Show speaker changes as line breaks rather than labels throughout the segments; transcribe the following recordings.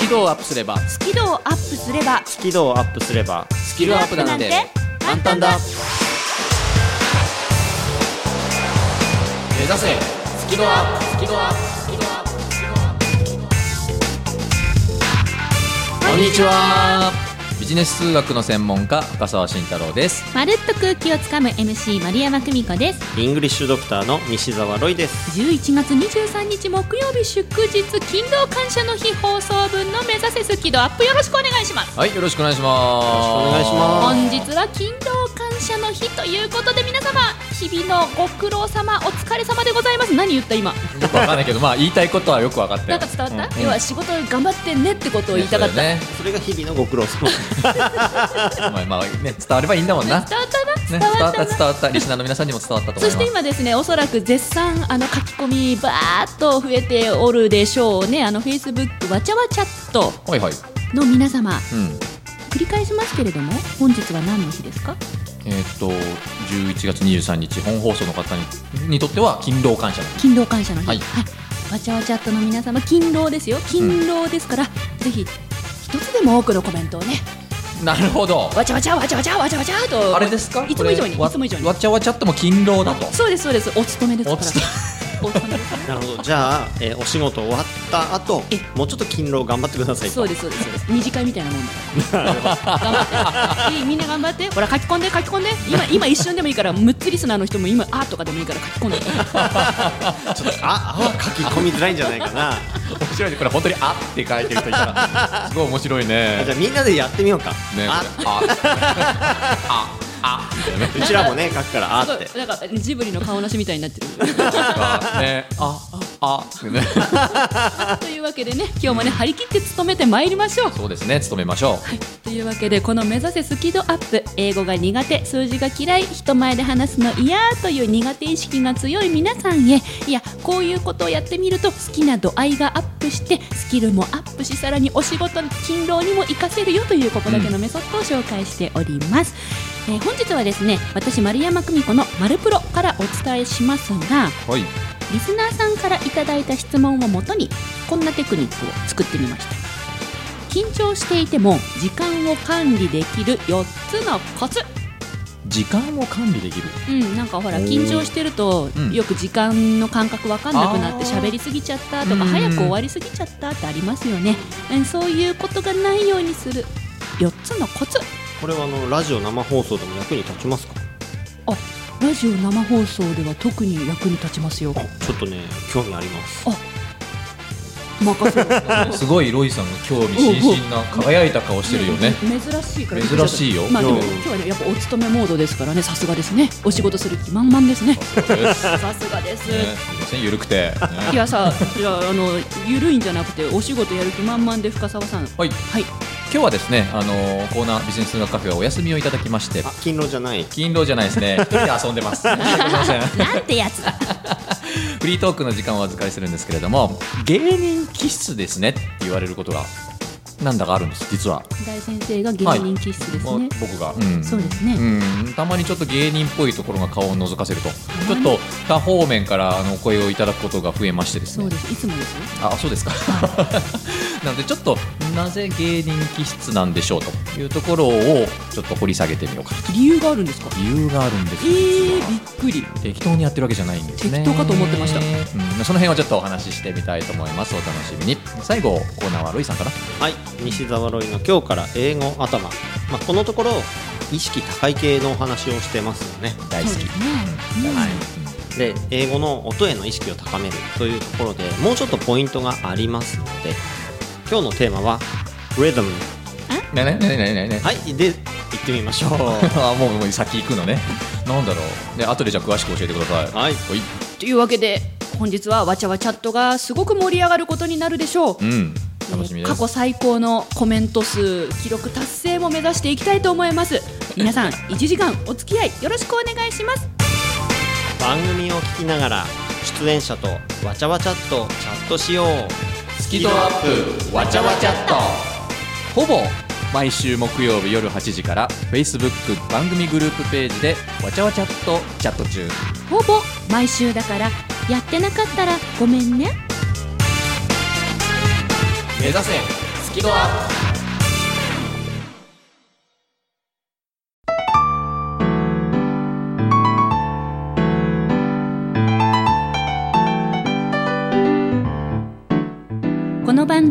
キ度をアップすれば
スキルをアップすれば
スキルをアップすれば
スキルアップなんて簡単だ目指せスキルアップスキルアップスキルアップスキルアップこんにちはビジネス数学の専門家深澤慎太郎です
まるっと空気をつかむ MC 丸山久美子です
イングリッシュドクターの西澤ロイです
11月23日木曜日祝日勤労感謝の日放送分の目指せスキルアップよろしくお願いします
はいよろしくお願いします
よろしくお願いしま
本日は勤労感謝の日ということで皆様日々のご苦労様お疲れ様でございます何言った今
すよくわかんないけどまあ言いたいことはよくわかって
なん
る
か伝わった、
うん
要は仕事頑張ってねってことを言いたかった、
ね
それが日々のご苦労様
それねまあまあね伝わればいいんだもんな
伝わったな
ね、伝
伝わった
わ
な
った伝わったリスナーの皆さんにも伝わったと思い
そ
ます
して今ですね、おそらく絶賛あの書き込みばーっと増えておるでしょうね。あのフェイスブックわちゃわチャット
はいはい、
の皆様、
うん、
繰り返しますけれども、本日は何の日ですか？
えーっと11月23日本放送の方ににとっては勤労感謝の日
勤労感謝の日。
は
はいい。わちゃわチャットの皆様、勤労ですよ。勤労ですから、ぜひ一つでも多くのコメントをね、
なるほど
わちゃわちゃわちゃわちゃわちゃわちゃと。
あれですか
いつも以上に、い
これわ
つも以上に
わ。ちゃわちゃっとも勤労だと
そうですそうです。お勤めですか
お
ら。
つと
お勤めですね。
なるほどじゃあ、えーお仕事終わった後
え
もうちょっと勤労頑張ってください
そう
す
ですそうですそうです二次会みたいなもんだから頑張 っていいみんな頑張ってほら書き込んで書き込んで今今一瞬でもいいからむっつリスナーの人も今あーとかでもいいから書き込ん で
ちょっとああ書き込みづらいんじゃないかな
面白いねこれ本当に「あ」って書いてる人いたらすごい面白いね
じゃあみんなでやってみようか、
ね
あ
これあ」あ「あ」みたいなね
うちらもね書くからあーって
すごいなんかジブリの顔なしみたいになってる
あねあああってね
というわけでね今日もね張り切って勤めてまいりましょう
そうですね勤めましょう
はい、というわけでこの「目指せスキドアップ」英語が苦手数字が嫌い人前で話すの嫌という苦手意識が強い皆さんへいやこういうことをやってみると好きな度合いがアップしてスキルもアップしさらにお仕事勤労にも活かせるよというここだけのメソッドを紹介しております、えー本日はですね私丸山久美子の「マルプロ」からお伝えしますが
はい
リスナーさんからいただいた質問をもとにこんなテクニックを作ってみました緊張していても時間を管理できる4つのコツ
時間を管理できる
うん、なんかほら
おー
緊張してると、
うん
よく時間の感覚わかんなくなって
あー
喋りすぎちゃったと
うん
か
うん
早く終わりすぎちゃったってありますよね、うん、そういうことがないようにする4つのコツ
これはあのラジオ生放送でも役に立ちますか
ラジオ生放送では特に役に立ちますよ
ちょっとね興味あります
任せろ
すごいロイさんが興味津々な輝いた顔してるよね。
ね珍しいから
珍しいよ
まあでも
うん
今日はねやっぱお勤めモードですからねさすがですねお仕事する気満々ですね
ですね
さすがです、
すいません緩くて。ね
いやさいやあのゆるいんじゃなくてお仕事やる気満々で深澤さんは
はい。
い
今日はですね、あのーコーナービジネス数学カフェはお休みをいただきまして
あ、勤労じゃない
勤労じゃない ですね。一人で遊んでます。すいません。
なんてやつだ
フリートークの時間をお預かりするんですけれども、芸人気質ですねって言われることがなんだかあるんです。実は。
大先生が芸人気質ですね、
まあ僕が。うん
そうですね、
うん、たまにちょっと芸人っぽいところが顔を覗かせると、ちょっと他方面からあのお声をいただくことが増えましてです
そ
ね
うで。すいつもですよ
あそうですかなのでちょっとなぜ芸人気質なんでしょうというところをちょっと掘り下げてみようか
理由があるんですか
理由があるんです
えー、びっくり
適当にやってるわけじゃないんですね
適当かと思ってました
うん、その辺はちょっとお話ししてみたいと思いますお楽しみに最後コーナーはロイさんかな
はい、西澤ロイの今日から英語頭、まあ、このところ意識高い系のお話をしてますよね
大好き、
そうですね
うん
うん
はい
で英語の音への意識を高めるというところでもうちょっとポイントがありますので今日のテーマは「リズム
ねねねねねね」ね
はいで行ってみましょう
あもうもう先行くのねなんだろうね後でじゃあ詳しく教えてください
はい
ほい
というわけで本日はわちゃわチャットがすごく盛り上がることになるでしょ
う
う、
ん
えー
楽しみです、
過去最高のコメント数記録達成も目指していきたいと思います皆さん1時間お付き合いよろしくお願いします
番組を聞きながら出演者とわちゃわちゃっとチャットしよう
スキドアップわちゃわちゃっとほぼ毎週木曜日夜8時から Facebook 番組グループページでわちゃわちゃっとチャット中
ほぼ毎週だからやってなかったらごめんね
目指せスキキドア
この番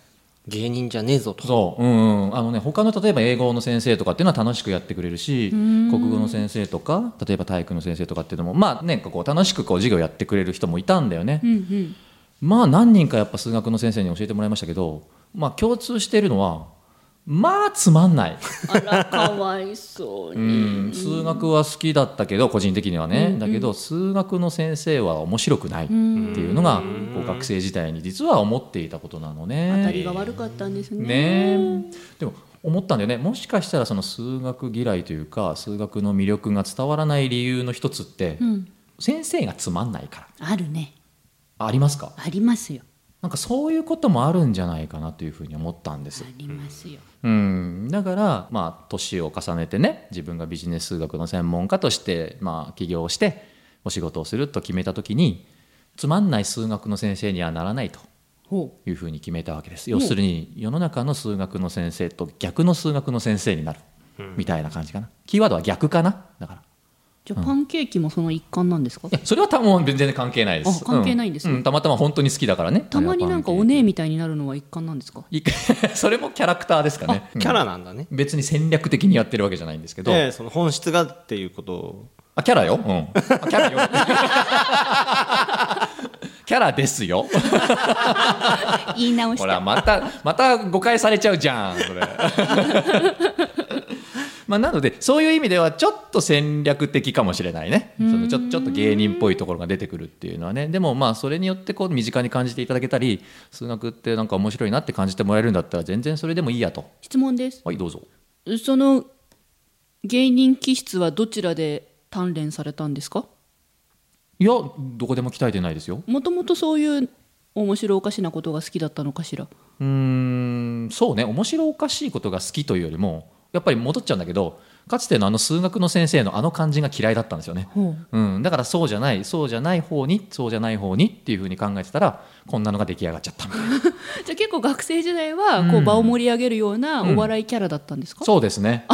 芸人じゃねえぞと
そう、うんうん、あのね他の例えば英語の先生とかっていうのは楽しくやってくれるし国語の先生とか例えば体育の先生とかっていうのもまあねこう楽しくこう授業やってくれる人もいたんだよね、
うんうん
まあ何人かやっぱ数学の先生に教えてもらいましたけど、まあ、共通しているのはまあつまんない、
あらかわいそう
う
に
ん、数学は好きだったけど個人的にはね、だけど数学の先生は面白くないっていうのがこう学生時代に実は思っていたことなの
当た
ね。
りが悪かったんですね
ねでも思ったんだよねもしかしたらその数学嫌いというか数学の魅力が伝わらない理由の一つって、
うん
先生がつまんないか
あるね
らありますか
ありますよ
なんかそういうこともあるんじゃないかなというふうに思ったんです
あ。りますよ
うん、だから、まあ、年を重ねてね自分がビジネス数学の専門家として、まあ、起業をしてお仕事をすると決めた時につまんない数学の先生にはならないと
ほ
いうふうに決めたわけです要するに世の中の数学の先生と逆の数学の先生になるみたいな感じかなキーワードは逆かなだから
うじゃあパンケーキもその一環なんですか
いやそれはたもう全然関係ないです
あ関係ないんです
う
ね
うんたまたま本当に好きだからね
たまになんかお
ね
姉みたいになるのは一環なんですか
それもキャラクターですかね
キャラなんだね、
別に戦略的にやってるわけじゃないんですけど、
でその本質がっていうことを
あキャラよ、うん、あキャラよ キャラですよ
言い直し
ほ
た
らまたまた誤解されちゃうじゃんそれまあなのでそういう意味ではちょっと戦略的かもしれないねそのちょちょっと芸人っぽいところが出てくるっていうのはねでもまあそれによってこう身近に感じていただけたり数学ってなんか面白いなって感じてもらえるんだったら全然それでもいいやと
質問です
はいどうぞ
その芸人気質はどちらで鍛錬されたんですか
いやどこでも鍛えてないですよ
もともとそういう面白おかしなことが好きだったのかしら
うーんそうね面白おかしいことが好きというよりもやっぱり戻っちゃうんだけどかつてのあの数学の先生のあの感じが嫌いだったんですよね、
ほう
うん、だからそうじゃないそうじゃない方にそうじゃない方にっていうふうに考えてたらこんなのが出来上がっちゃったみたいな
じゃあ結構学生時代はこう場を盛り上げるようなお笑いキャラだったんですか、
そうです ね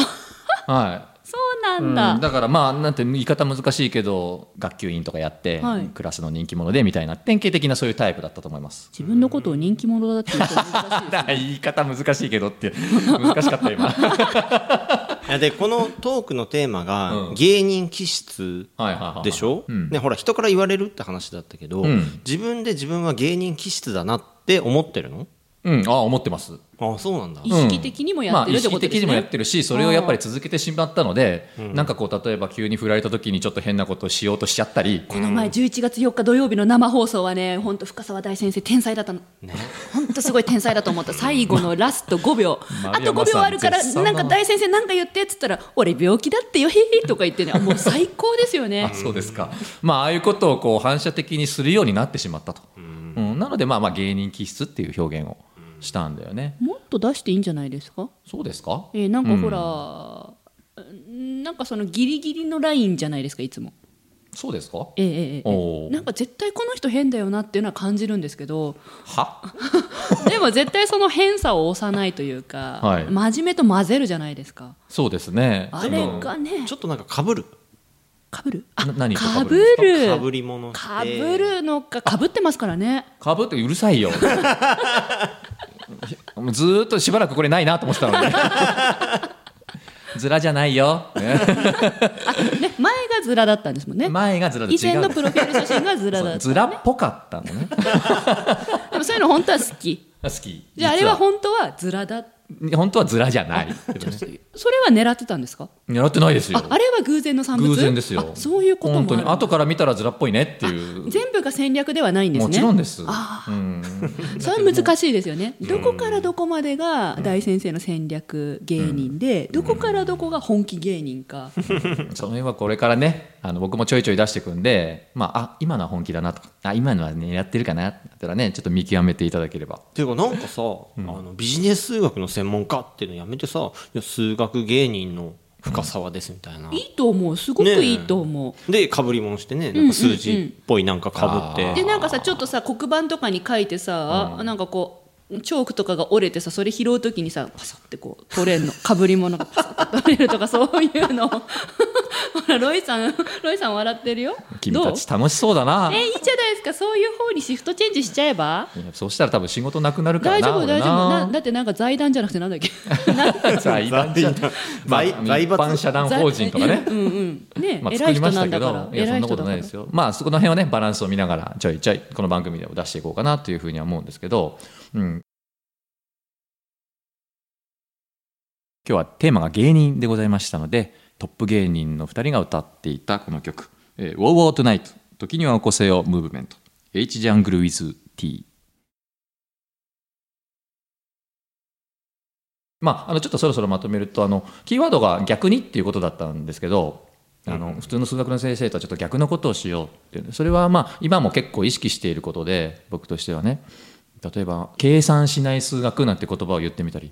はい
そうな
うんん
だ、
だからまあなんて言い方難しいけど学級委員とかやって、
はい
クラスの人気者でみたいな典型的なそういうタイプだったと思います
自分のことを人気者だって言うと難しい
言い方難しいけどって 難しかった今はい
いやでこのトークのテーマが
うん
芸人気質
はいはいはい
でしょ、
うん
ね、ほら人から言われるって話だったけど、
うん
自分で自分は芸人気質だなって思ってるの
うん、あ思ってます。
あそうなんだ
意識的にもやってるってこと
まあ、意識的
です
に
ね、
もやってるしそれをやっぱり続けてしまったので、
ん
なんかこう例えば急に振られた時にちょっと変なことをしようとしちゃったり、
この前11月4日土曜日の生放送はね本当深沢大先生天才だったの
ね
本当すごい天才だと思った最後のラスト5秒
丸
あと
山さん
5秒あるから
絶賛だ
な
なん
か大先生なんか言ってっつったら「俺病気だってよへへ」とか言ってねもう最高ですよね
あそうですか、まあああいうことをこう反射的にするようになってしまったと、うんなのでまあまあ芸人気質っていう表現をしたんだよね、
もっと出していいんじゃないですか
そうですか、
えーなんかほら、うんなんかそのギリギリのラインじゃないですかいつも。
そうですか
えーえーえー
おー
なんか絶対この人変だよなっていうのは感じるんですけど
は
でも絶対その変さを押さないというか、
はい
真面目と混ぜるじゃないですか
そうですね
あれがね
ちょっとなんかかぶる
かぶる
な何と
か
被
ぶ
るんです
る
かぶり物して
かぶるのかかぶってますからね
かぶってうるさいよ もうずーっとしばらくこれないなと思ってたのに ずらじゃないよ、ね
ね前がズラだったんですもんね
前がずらで違
以
う
前のプロフィール写真がズラだ
そう
った
ずらっぽかったのね
でもそういうの本当は好き
好き
じゃああれ
実
は本当はズラだ
本当はずらじゃない
それは狙ってたんですか
狙ってないですよ
ああれは偶然の産物
偶然ですよ
あそういうこともある
本当に後から見たらずらっぽいねっていう
全部が戦略ではないんですね
もちろんです
あ
うん
それは難しいですよねどこからどこまでが大先生の戦略芸人で、どこからどこが本気芸人か、
その辺はこれからねあの僕もちょいちょい出していくんで、まあ、あ今のは本気だなとかあ今のは狙ってるかなってったらねちょっと見極めていただければ
ていうかなんかさ、あのビジネス数学の専門家っていうのやめてさいや数学芸人の深沢ですみたいな、
いいと思うすごくいいと思う、
でかぶり物してねなんか数字っぽいなんかかぶ
う
って、
んうんうん
でなんかさちょっとさ黒板とかに書いてさ、なんかこうチョークとかが折れてさそれ拾うときにさパサってこう取れんのかぶり物がパサッと取れるとかそういうの ほらロイさんロイさん笑ってるよ
君
ど
た
う
ち楽しそうだな
えいいじゃないですかそういう方にシフトチェンジしちゃえば
いやそうしたら多分仕事なくなるから
大
な
丈夫
俺
大
な
丈夫なだってなんか財団じゃなくてなんだっけ
財団じゃないまあ
財
一
財閥
般社団法人とかね
うんうんね、
まあ、
偉
作
い
り
人
まし
な
た
ん
け
だから
ど、いや、そ
偉
ん
い
な
人
こと
だ
な
か
い
ら
ですよ。まあ、そこの辺はね、バランスを見ながら、ちょいちょい、この番組でも出していこうかなというふうには思うんですけど、うん。今日はテーマが芸人でございましたので、トップ芸人の2人が歌っていたこの曲、えー、ウォーウォートナイト、時には起こせよ、ムーブメント、H ジャングル with T。まあ、あのちょっとそろそろまとめるとあのキーワードが逆にっていうことだったんですけどあの普通の数学の先生とはちょっと逆のことをしようっていうそれはまあ今も結構意識していることで僕としてはね例えば計算しない数学なんて言葉を言ってみたり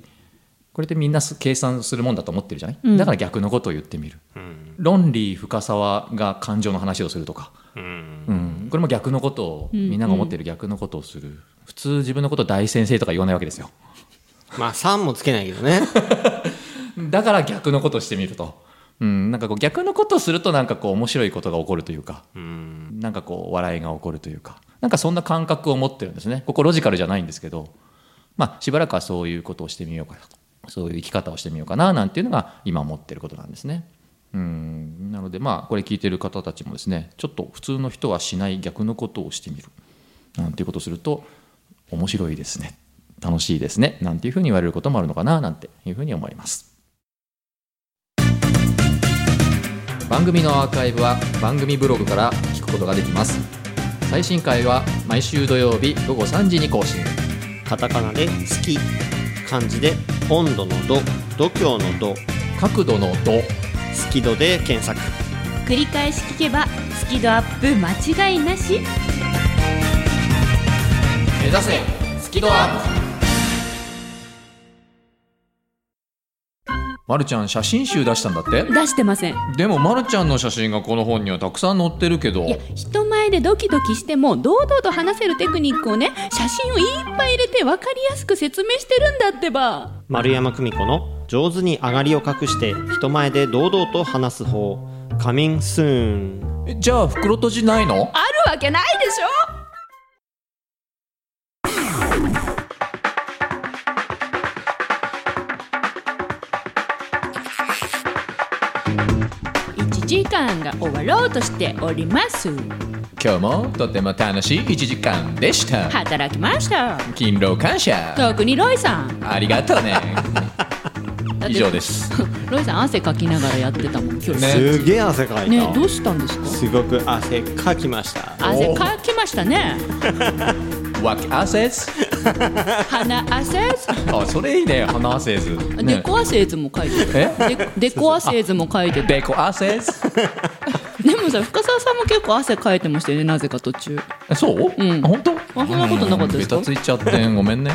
これってみんなす計算するもんだと思ってるじゃない、だから逆のことを言ってみる、
うん
論理深沢が感情の話をするとか、
うん
うん、これも逆のことをみんなが思ってる逆のことをする、普通自分のことを大先生とか言わないわけですよ
まあ3もつけないけ どね
だから逆のことをしてみると、うん、なんかこう逆のことをするとなんかこう面白いことが起こるというか
うん
なんかこう笑いが起こるというかなんかそんな感覚を持ってるんですねここロジカルじゃないんですけど、まあ、しばらくはそういうことをしてみようかなとそういう生き方をしてみようかななんていうのが今思ってることなんですね。うんなのでまあこれ聞いてる方たちもですねちょっと普通の人はしない逆のことをしてみるなんていうことをすると面白いですね楽しいですねなんていうふうに言われることもあるのかななんていうふうに思います。番組のアーカイブは番組ブログから聞くことができます最新回は毎週土曜日午後3時に更新
カタカナで「好き」漢字で「温度の度」「度胸の度」
角度の度
「好き度」で検索
繰り返し聞けばスキドアップ間違いなし
目指せスキドアップまるちゃん写真集出したんだって
出してません
でもまるちゃんの写真がこの本にはたくさん載ってるけど
いや人前でドキドキしても堂々と話せるテクニックをね写真をいっぱい入れて分かりやすく説明してるんだってば
丸山久美子の「上手に上がりを隠して人前で堂々と話す方」「カミングスーン
じゃあ袋閉じないの
あるわけないでしょ1時間が終わろうとしております
今日もとても楽しい1時間でした
働きました
勤労感謝
特にロイさん
ありがとうね
だっ
以
て
上 です
ロイさん汗かきながらやってたもん今日
ね
すげえ汗かいた、
ねどうしたんですか
すごく汗かきました
汗かきましたね
Work assets
鼻汗
あそれいいね鼻汗ず
デコ汗図も書いてる
え
でデコ汗図も書いてて
デコ汗ず
でもさ深澤さんも結構汗かいてましたよねなぜか途中
えそう、
うん
あ本当
あそんなことなかったですか
うんベタついちゃってごめんね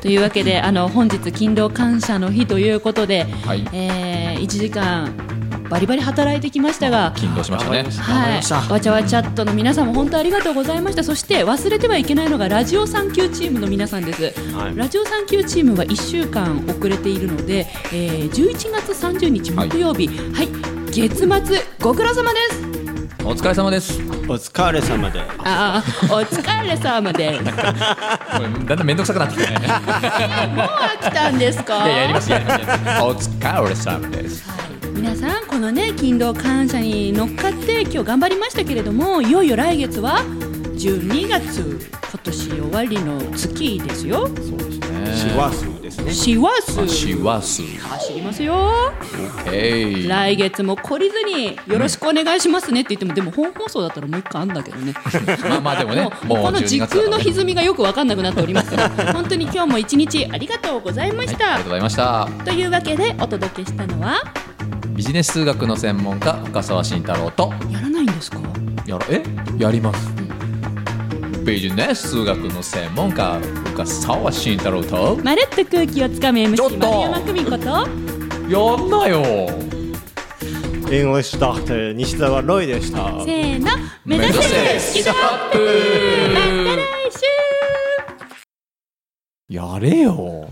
というわけであの本日勤労感謝の日ということで、
はい
えー、1時間バリバリ働いてきましたが。
勤労しましたね
はい、わちゃわちゃっとの皆さんも本当ありがとうございましたそして忘れてはいけないのがラジオ産休チームの皆さんです、
はい
ラジオ産休チームは1週間遅れているので、えー、11月30日木曜日はい、月末ご苦労様です
お疲れ様です
お疲れ様で
ああお疲れ様ですもう
これだんだん面倒くさくなってきてね
飽きたんですか
いややりますやりますやりますお疲れ様です
皆さんこのね勤労感謝に乗っかって今日頑張りましたけれどもいよいよ来月は12月今年終わりの月ですよ
そうです
すシ
ね
ワスですね
師走
シワス
走りますよ
えい
来月も懲りずによろしくお願いしますねって言ってもでも本放送だったらもう一回あんだけどね
まあまあでもね
もうこの時空の歪みがよく分かんなくなっておりますが本当に今日も一日ありがとうございま
み
し
はい、ありが
た
とうございました
というわけでお届けしたのは
ビジネス数学の専門家深澤慎太郎と
やらないんですか
やらえやりますビジネス数学の専門家深澤慎太郎と
まるっと空気をつかむ
ちょっ
MC
と
丸山久美子と
やんなよ
弁護士ドクター西澤ロイでした
せーの目指せスキドアップまた来週
やれよ